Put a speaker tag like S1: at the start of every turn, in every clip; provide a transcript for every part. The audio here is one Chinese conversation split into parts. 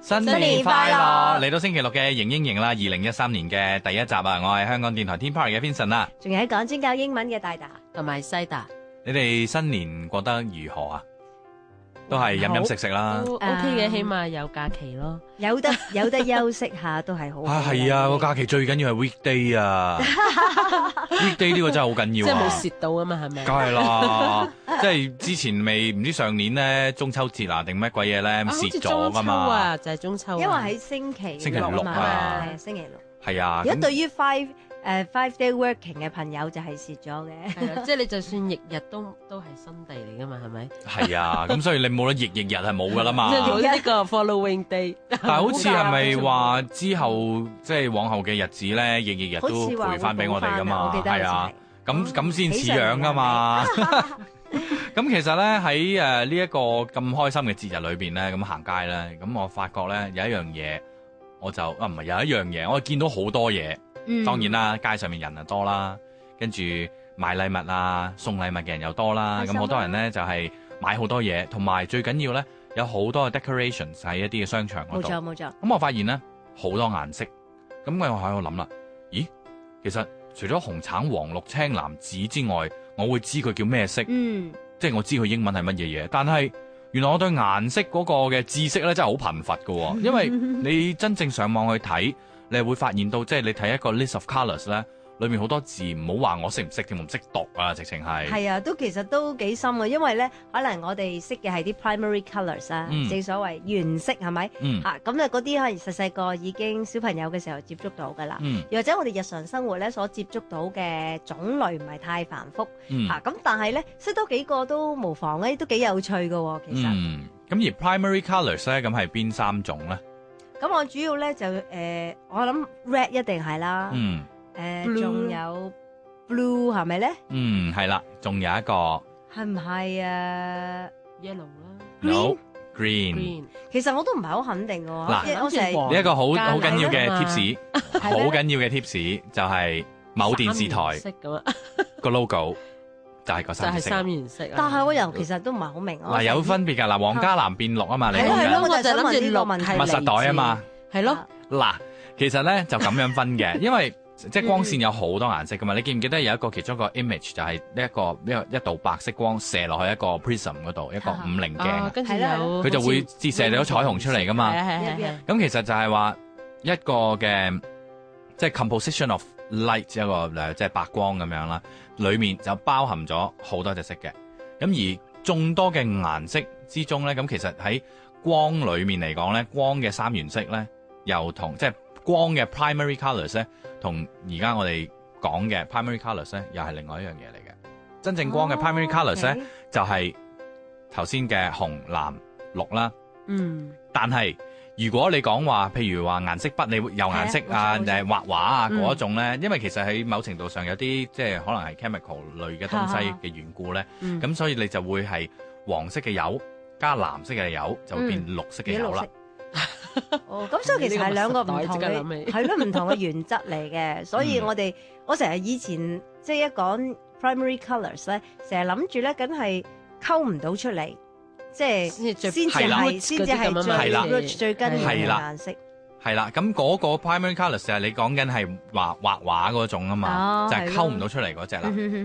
S1: 新年快樂！嚟到星期六嘅《型英型》啦，二零一三年嘅第一集啊，我係香港電台 Teen Power 嘅 Vincent 啦。
S2: 仲有講專教英文嘅大大，
S3: 同埋西達
S1: 你哋新年過得如何啊？都係飲飲食食啦。
S3: 都 OK 嘅，起碼有假期咯。
S2: 有 得有得休息下都係好。
S1: 啊，係啊，個假期最緊要係 weekday 啊，weekday 呢個真係好緊
S3: 即
S1: 要
S3: 係
S1: 啊
S3: 冇。蝕到啊嘛，係咪？
S1: 梗係啦，即係之前未唔知上年咧中秋節啊定乜鬼嘢咧
S3: 啊好似
S1: 蝕咗
S3: 中
S1: 噶
S3: 秋
S1: 嘛，
S3: 啊，就係中秋啊。
S2: 因為喺星期
S1: 星期六
S2: 六嘛，
S1: 啊
S2: 係星期六。
S1: 係啊。
S2: 如
S1: 咁
S2: 果對於 five 誒 five day working 嘅朋友就係蝕咗嘅。
S3: 係啦，即係你就 算日日都都係新地嚟噶嘛，係咪？
S1: 係啊，咁所以你冇得翌翌日係冇噶啦 嘛
S3: 即。係冇呢個 following day。
S1: 但係好似係咪話之後即係往後嘅日子咧，翌翌日
S2: 好
S1: 都
S2: 似話
S1: 賠
S2: 會
S1: 翻俾我哋噶嘛？
S2: 補返
S1: 係啊
S2: 啊，
S1: 咁咁先似樣噶嘛。 咁其實咧喺誒呢一個咁開心嘅節日裏邊咧，咁行街咧，咁我發覺咧有一樣嘢，我就啊唔係有一樣嘢，我見到好多嘢。
S2: 嗯
S1: 當然，啦，街上面人啊多啦，跟住買禮物啊、送禮物嘅人又多啦，
S2: 開心
S1: 咁
S2: 啊
S1: 好多人咧就係買好多嘢，同埋最緊要咧有好多嘅 decorations 喺一啲嘅商場嗰
S2: 冇
S1: 度。
S2: 錯冇錯，
S1: 咁我發現咧好多顏色，咁我喺度諗啦，咦，其實除咗紅、橙、黃、綠、青、藍、紫之外，我會知佢叫咩色，
S2: 嗯，
S1: 即係我知佢英文係乜嘢嘢。但係原來我對顏色嗰個嘅知識咧真係好貧乏 嘅喎，因為你真正上網去睇，你係會發現到即係你睇一個 list of colours 咧，裏面好多字唔好話我識唔識添，我唔識讀啊，直情係。
S2: 係啊，都其實都幾深嘅，因為咧可能我哋識嘅係啲 primary colours 啊
S1: 嗯，
S2: 正所謂原色係咪？
S1: 嗯
S2: 啊，咁啊嗰啲可能細細個已經小朋友嘅時候接觸到㗎啦。
S1: 嗯
S2: 又或者我哋日常生活咧所接觸到嘅種類唔係太繁複
S1: 嗯
S2: 嚇，咁、但係咧識多幾個都無妨咧，都幾有趣嘅喎、其實。
S1: 嗯，咁而 primary colours 咧，咁係邊三種咧？
S2: 咁、我主要咧就誒、呃我諗 red 一定係啦，誒仲、
S3: ，blue
S1: 嗯
S2: 有 blue 係咪咧？
S1: 嗯，係啦，仲有一個。
S2: 係唔係啊？
S3: yellow 啦
S1: No green，
S3: ，green
S2: 其實我都唔係好肯定嘅喎、
S1: 嗱
S2: 即係我成日
S3: 諗住黃
S1: 呢一個好
S3: 加
S1: 好緊要
S3: 奶
S1: 嘅
S3: 啊嘛
S1: tips，好
S2: 咩
S1: 緊要嘅 tips 就係某電視台
S3: 色咁啊，
S1: 個 logo 就係個
S3: 就
S1: 三
S3: 係
S1: 隻色
S3: 三，原色啊。
S2: 但係我又其實都唔係好明。我
S1: 嗱有分別㗎，嗱黃加藍變綠啊嘛，你
S2: 係
S1: 講
S2: 咯係
S1: 緊
S2: 咯
S3: 我就諗住綠係
S1: 密
S3: 嚟
S1: 實袋啊嘛，
S3: 自，係咯，
S1: 嗱其實咧就咁樣分嘅，因為即係光線有好多顏色㗎嘛，你記唔記得有一個其中一個 image 就係呢一個呢一道白色光射落去一個 prism 嗰度，一個五棱
S3: 啊
S1: 鏡，
S3: 跟住
S2: 係
S3: 有
S2: 啦
S1: 佢就會折射到彩虹出嚟㗎嘛
S3: 係。啊係係
S1: 咁其實就係話一個嘅即係 composition of light 一個誒即係白光咁樣啦，裡面就包含咗好多隻色嘅。咁而眾多嘅顏色之中咧，咁其實喺光裡面嚟講咧，光嘅三原色咧，又同即係光嘅 primary colours 咧，同而家我哋講嘅 primary colours 咧，又係另外一樣嘢嚟嘅。真正
S2: 哦
S1: 光嘅 primary colours 咧，
S2: 咧，
S1: 就係頭先嘅紅、藍、綠啦。
S3: 嗯，
S1: 但係如果你講話，譬如話顏色筆，你會有顏色
S2: 係啊
S1: 啊，
S2: 冇錯冇錯
S1: 誒畫畫啊
S3: 嗯
S1: 嗰一種咧，因為其實喺某程度上有啲即係可能係 chemical 類嘅東西
S2: 啊
S1: 嘅緣故咧，
S3: 嗯
S1: 咁所以你就會係黃色嘅油加藍色嘅油就會變綠色嘅油啦。
S2: 哦，咁所以其實係兩個唔同
S3: 呢個實在
S2: 嘅，
S3: 即刻諗起
S2: 係咯唔同嘅原則嚟嘅。所以我哋我成日以前即係一講 primary colours 咧，成日諗住咧，梗係溝唔到出嚟，即係
S3: 先至最
S2: 先至
S1: 哎係啦
S2: 係先至係最
S1: 啊係啦
S2: root 最根源嘅
S1: 係啦
S2: 顏色。
S1: 係啦，咁嗰個 primary colours 就係你講緊係畫畫畫嗰種啊嘛，
S2: 哦
S1: 就係
S2: 係咯嗯
S1: 溝唔到出嚟嗰只啦。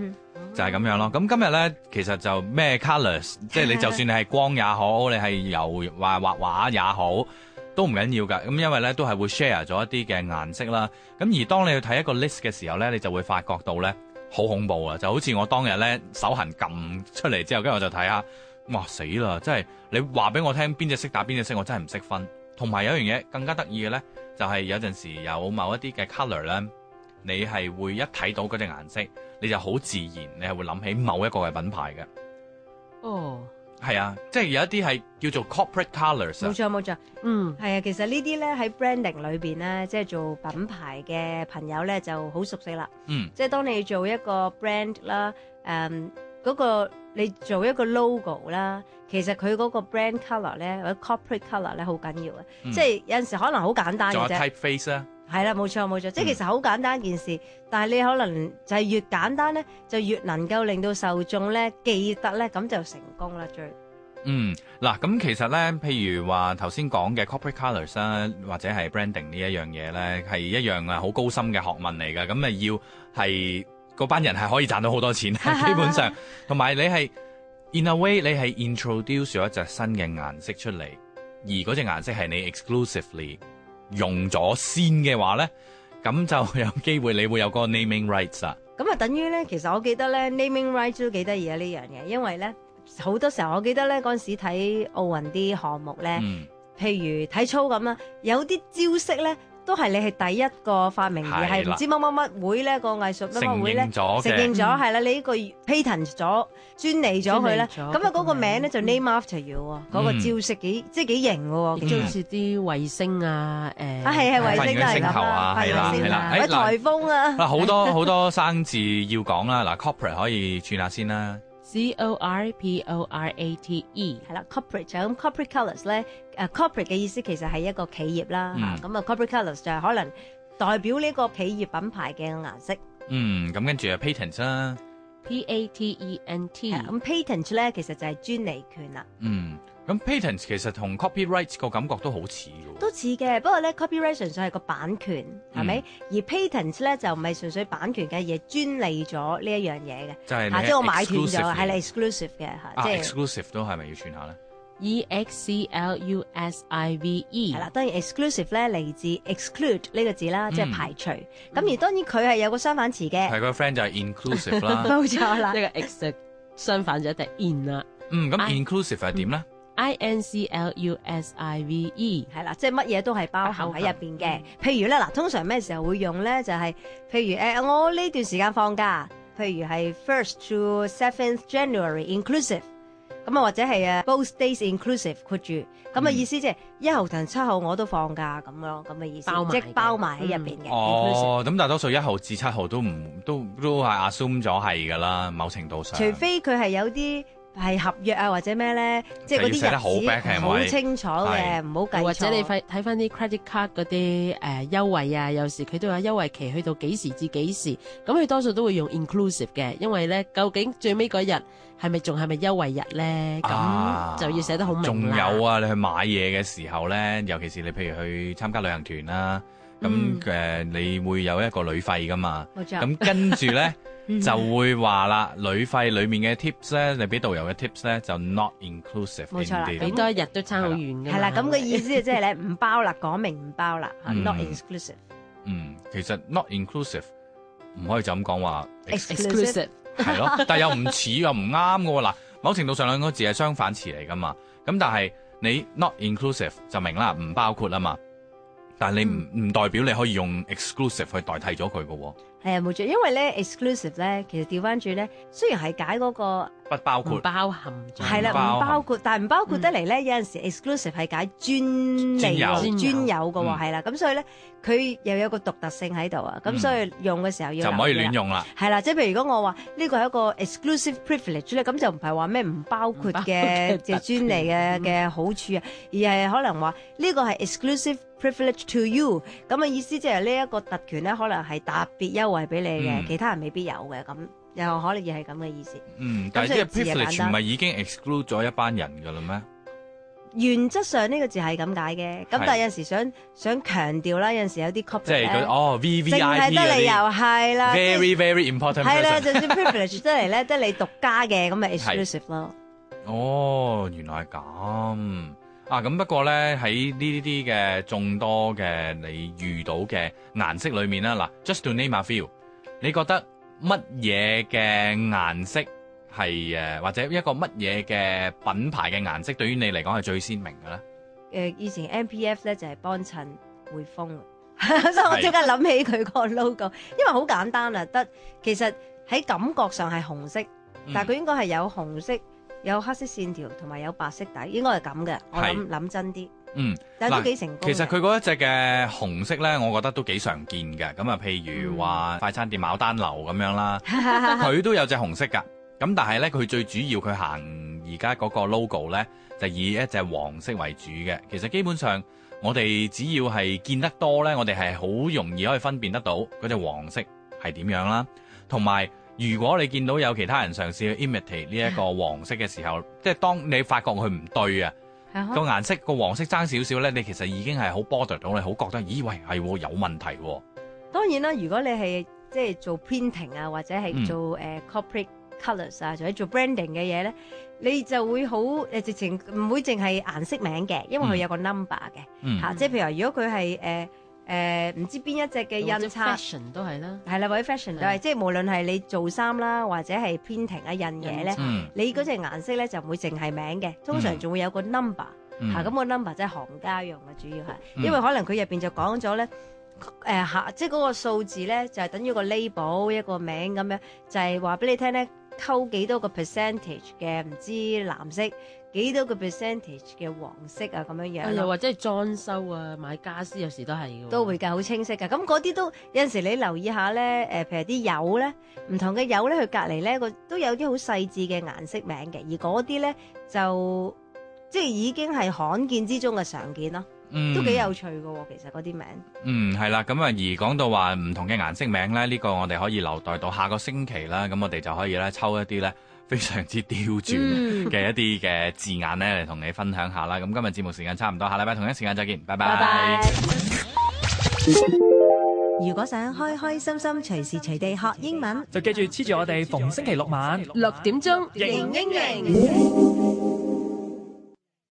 S1: 就係
S3: 係
S1: 咁樣咯。咁今日咧，其實就咩 colours，即係你就算你係光也好，你係油畫畫畫也好，都唔緊要㗎。咁因為咧都係會 share 咗一啲嘅顏色啦。咁而當你去睇一個 list 嘅時候咧，你就會發覺到咧好恐怖啊！就好似我當日咧手痕撳出嚟之後，跟住我就睇下，哇死啦！真係你話俾我聽邊隻色打邊隻色，我真係唔識分。同埋有一樣嘢更加得意嘅咧，就係、有陣時有某一啲嘅 colour 咧，你係會一睇到嗰隻顏色。你就好自然，你係會諗起某一個嘅品牌嘅。
S3: 哦，
S1: 係啊，即係有一啲係叫做 corporate colours 啊
S2: 冇。錯冇錯，
S3: 嗯，
S2: 係啊，其實呢啲咧喺 branding 裏邊咧，即係做品牌嘅朋友咧就好熟悉啦。
S1: 嗯，
S2: 即係當你做一個 brand 啦，誒、嗯嗰、個你做一個 logo 啦，其實佢嗰個 brand colour 咧或者 corporate colour 咧好緊要嘅，
S1: 嗯
S2: 即係有陣時可能好簡單
S1: 仲有
S2: 嘅啫，
S1: typeface 啊，
S2: 係啦，冇錯冇錯，即係
S1: 嗯
S2: 其實好簡單件事，但係你可能就係越簡單咧，就越能夠令到受眾咧記得咧，咁就成功啦最。
S1: 嗯，嗱，咁其實咧，譬如話頭先講嘅 corporate colours 啦，或者係 branding 呢一樣嘢咧，係一樣啊好高深嘅學問嚟㗎。咁啊要係嗰班人係可以賺到好多錢，啊 基本上，同埋你係 in a way 你係 introduce 咗一隻新嘅顏色出嚟，而嗰隻顏色係你 exclusively 用咗先嘅話咧，咁就有機會你會有個 naming rights 啊。
S2: 咁啊，等於咧，其實我記得咧，naming rights 都幾得意啊呢樣嘢，因為咧好多時候我記得咧嗰陣時睇奧運啲項目咧。
S1: 嗯，
S2: 譬如體操咁啦，有啲招式咧都係你係第一個發明，而係
S1: 係啦
S2: 唔知乜乜乜會咧個藝術乜
S1: 承
S2: 乜會咧
S1: 認咗
S2: 承
S1: 嘅
S2: 認咗係啦，你呢個 patent 咗專利咗佢咧，
S3: 專利咗
S2: 咁啊嗰個名咧就
S3: 嗯
S2: name after you 喎，嗰個
S1: 嗯
S2: 招式幾啊即係幾型嘅喎，
S3: 亦
S2: 幾
S3: 都
S1: 嗯
S3: 好似啲衛星啊，誒，
S2: 啊係係衛星都係
S1: 發現咗
S2: 咁
S1: 星球
S2: 啦，
S1: 啊
S2: 發現咗
S3: 係啦
S2: 星
S3: 係
S2: 球
S3: 啦
S2: 或者
S1: 哎嗱
S2: 颱風啊，
S1: 嗱好多 好多生字要講啦，嗱 corporate 可以轉下先啦。
S3: C O R P O R A T E，
S2: 係啦，corporate 就咁 corporate colours 咧，誒 corporate 嘅意思其實係一個企業啦
S1: 嗯
S2: 嚇，咁啊 corporate colours 就係可能代表呢個企業品牌嘅顏色。
S1: 嗯，咁跟住啊 patent 啦，
S3: P A T E N T，
S2: 係啦呃啊咁 patent 咧其實就係專利權啦。
S1: 嗯，咁 patent 其實同 copyright 個感覺都好似嘅喎。
S2: 都似嘅，不過咧 copyright 純粹係個版權，係
S1: 嗯
S2: 咪？而 patent 咧就唔係純粹版權嘅，而係專利咗呢一樣嘢嘅。
S1: 就係你
S2: 嚇，
S1: 係
S2: 即係我買斷咗，
S1: exclusive
S2: 係啦 exclusive 嘅嚇，
S1: 啊
S2: 即係
S1: exclusive 都係咪要轉下咧？
S3: E X C L U S I V E，
S2: 係啦。當然 exclusive 咧嚟自 exclude 呢個字啦，即
S1: 嗯
S2: 係排除。咁而當然佢係嗯有個相反詞嘅，
S1: 係個 friend 就係 inclusive 啦。
S2: 冇錯啦
S3: 呢。個 X 就相反咗一定 in 啦
S1: 嗯，咁
S3: I-
S1: inclusive 係點咧？
S3: ，I N C L U S I V E，
S2: 係啦，即係乜嘢都係包含喺入邊嘅。譬如咧，嗱，通常咩時候會用咧？就係、譬如誒、呃我呢段時間放假，譬如係 first to seventh January inclusive，咁啊或者係誒 both days inclusive 括住，咁啊
S1: 嗯
S2: 意思即係一號同七號我都放假咁咯，咁嘅意思
S3: 包，埋
S2: 即
S3: 嘅
S2: 係包埋喺入邊嘅。inclusive
S1: 哦，咁大多數一號至七號都唔都都係 assume 咗係㗎啦，某程度上。
S2: 除非佢係有啲。係合約啊，或者咩咧，即係嗰
S1: 就要寫得好
S2: 啲
S1: back
S2: 日子
S1: 係咪
S2: 好清楚嘅，
S1: 係
S2: 唔好計錯。
S3: 或者你睇睇翻啲 credit card 嗰啲誒優惠啊，有時佢都有優惠期，去到幾時至幾時，咁佢多數都會用 inclusive 嘅，因為咧究竟最尾嗰日係咪仲係咪優惠日咧？咁、
S1: 啊
S3: 就要寫得好
S1: 仲
S3: 明啦。
S1: 有啊，你去買嘢嘅時候咧，尤其是你譬如去參加旅行團啦，咁
S3: 嗯
S1: 誒、你會有一個旅費 㗎嘛。
S2: 冇錯
S1: 咁跟住咧
S2: 嗯
S1: 就會話啦，旅費裡面嘅 tips 咧，你俾導遊嘅 tips 咧就 not inclusive
S2: 冇錯啦
S1: indeed
S3: 俾
S2: 咁
S3: 多一日都差好遠㗎嘛。
S2: 係啦，咁嘅
S3: 係咪
S2: 意思就即係咧唔包啦，講明唔包 啦嚇
S1: 嗯
S2: ，not exclusive。
S1: 嗯，其實 not inclusive 唔可以就咁講話
S3: exclusive
S1: 係咯，但又唔似又唔啱嘅喎。嗱，某程度上兩個字係相反詞嚟噶嘛。咁但係你 not inclusive 就明啦，唔包括啊嘛。但係你
S2: 嗯
S1: 唔唔代表你可以用 exclusive 去代替咗佢嘅喎，
S2: 係啊，冇錯，因為咧 exclusive 咧，其實調翻轉咧，雖然係解嗰個
S1: 不包
S3: 唔
S1: 括
S3: 包含咗。
S2: 係啦，
S1: 唔包嗯
S2: 唔包括，但係唔包括得嚟咧，有陣時 exclusive 係解專利
S1: 專
S3: 有
S2: 喎專有嘅
S1: 嗯
S2: 喎，係啦，咁所以咧佢又有個獨特性喺度啊，咁
S1: 嗯
S2: 所以用嘅時候要
S1: 就唔可以
S2: 留意啦
S1: 亂。用啦。
S2: 係啦，即係譬如如果我話呢個係一個 exclusive privilege 咧，咁就唔係話咩唔包括
S3: 唔包括
S2: 嘅嘅
S3: 嘅特權
S2: 專利嘅
S1: 嗯
S2: 嘅好處啊，而係可能話呢個係 exclusive privilege to you，咁嘅意思即係呢一個特權咧，可能係特別優惠俾你嘅，
S1: 嗯
S2: 其他人未必有嘅咁，又可能亦係咁嘅意思。
S1: 嗯，但
S2: 所
S1: 係
S2: 以
S1: 呢個
S2: 字眼
S1: privilege 唔係已經 exclude 咗一班人㗎啦咩？
S2: 原則上呢個字係咁解嘅，咁但係有陣時想想強調啦，有陣時有啲 corporate
S1: 即係佢
S2: 咧
S1: 哦
S2: 淨係
S1: VVIP
S2: 得你又
S1: 嗰啲
S2: 係啦，即係
S1: ，very very important
S2: 係啦，
S1: person。
S2: 就算 privilege 得嚟咧，得你獨家嘅咁咪
S1: 係
S2: exclusive 咯。
S1: 哦，原來係咁啊！咁不過呢，喺呢啲嘅眾多嘅你遇到嘅顏色裏面啦，嗱，just to name a few，你覺得乜嘢嘅顏色係誒，或者一個乜嘢嘅品牌嘅顏色對於你嚟講係最鮮明嘅呢？
S2: 誒、呃以前 M P F 咧就係幫襯匯豐 嘅，所以我即刻諗起佢個 logo，因為好
S1: 嗯
S2: 簡單啊，得其實喺感覺上係紅色，但係佢應該係有紅色有黑色線條同埋有白色底，應該係咁嘅。我諗諗真啲，
S1: 嗯，
S2: 但係
S1: 嗱
S2: 都幾成功嘅。
S1: 其 實佢嗰一隻嘅紅色咧，我覺得都幾常見嘅。咁啊，譬如話快餐店牡丹樓咁樣啦，
S2: 啊
S1: 佢都有隻紅色㗎。咁但係咧，佢最主要佢行而家嗰個 logo 咧，就以一隻黃色為主嘅。其實基本上我哋只要係見得多咧，我哋係好容易可以分辨得到嗰隻黃色係點樣啦。同埋如果你見到有其他人嘗試去 imitate 呢一個黃色嘅時候，即係當你發覺佢唔對啊。
S2: 係啊
S1: 個顏色個黃色爭少少咧，你其實已經係好 border 到你，好覺得，咦喂係喎有問題喎，
S2: 當然啦，如果你係即係做 printing 啊，或者
S1: 嗯
S2: 係做誒、呃 corporate colours 啊，或者做 branding 嘅嘢咧，你就會好誒、呃直情唔會淨係顏色名嘅，因為佢
S1: 嗯
S2: 有個 number 嘅
S1: 嗯
S2: 嚇、啊即係譬如話如果佢係誒誒唔知邊一隻嘅
S3: 或者
S2: 印刷。
S3: fashion 嗯都係啦，
S2: 係啦，或者 fashion 都係，即係無論係你做衫啦，或者係 printing 啊印嘢咧
S3: 印，
S1: 嗯
S2: 你嗰隻顏色咧就唔會淨係名嘅，通常
S1: 嗯
S2: 仲會有個 number。啊
S1: 嗯
S2: 嚇，咁個 number 即係行家用嘅，主要係，
S1: 嗯
S2: 因為可能佢入邊就講咗咧，誒下即係嗰個數字咧就係等於個 label 一個名咁樣，就係話俾你聽咧，溝幾多個 percentage 嘅唔知藍色，幾多個 percentage 嘅黃色啊咁樣
S3: 啊
S2: 樣
S3: 又
S2: 咯。
S3: 或者係裝修啊、買家私有時都係嘅喎，
S2: 都會㗎，好清晰㗎。咁嗰啲都有陣時你留意下咧，誒、譬如啲油咧，唔同嘅油咧，佢隔離咧個都有啲好細緻嘅顏色名嘅，而嗰啲咧就即係已經係罕見之中嘅常見咯。
S1: 嗯
S2: 都幾有趣嘅喎，其實嗰啲名
S1: 嗯係啦，咁啊而講到話唔同嘅顏色名咧，呢個我哋可以留待到下個星期啦，咁我哋就可以咧抽一啲咧非常之刁鑽
S2: 嗯，
S1: 嘅一啲嘅字眼咧嚟同你分享下啦。咁今日節目時間差唔多，下禮拜同一時間再見，拜
S2: 拜拜。如果想開開心心隨時隨地學英文，
S4: 就記住黐住我哋逢星期六晚
S3: 六點鐘
S4: 型
S2: 英型。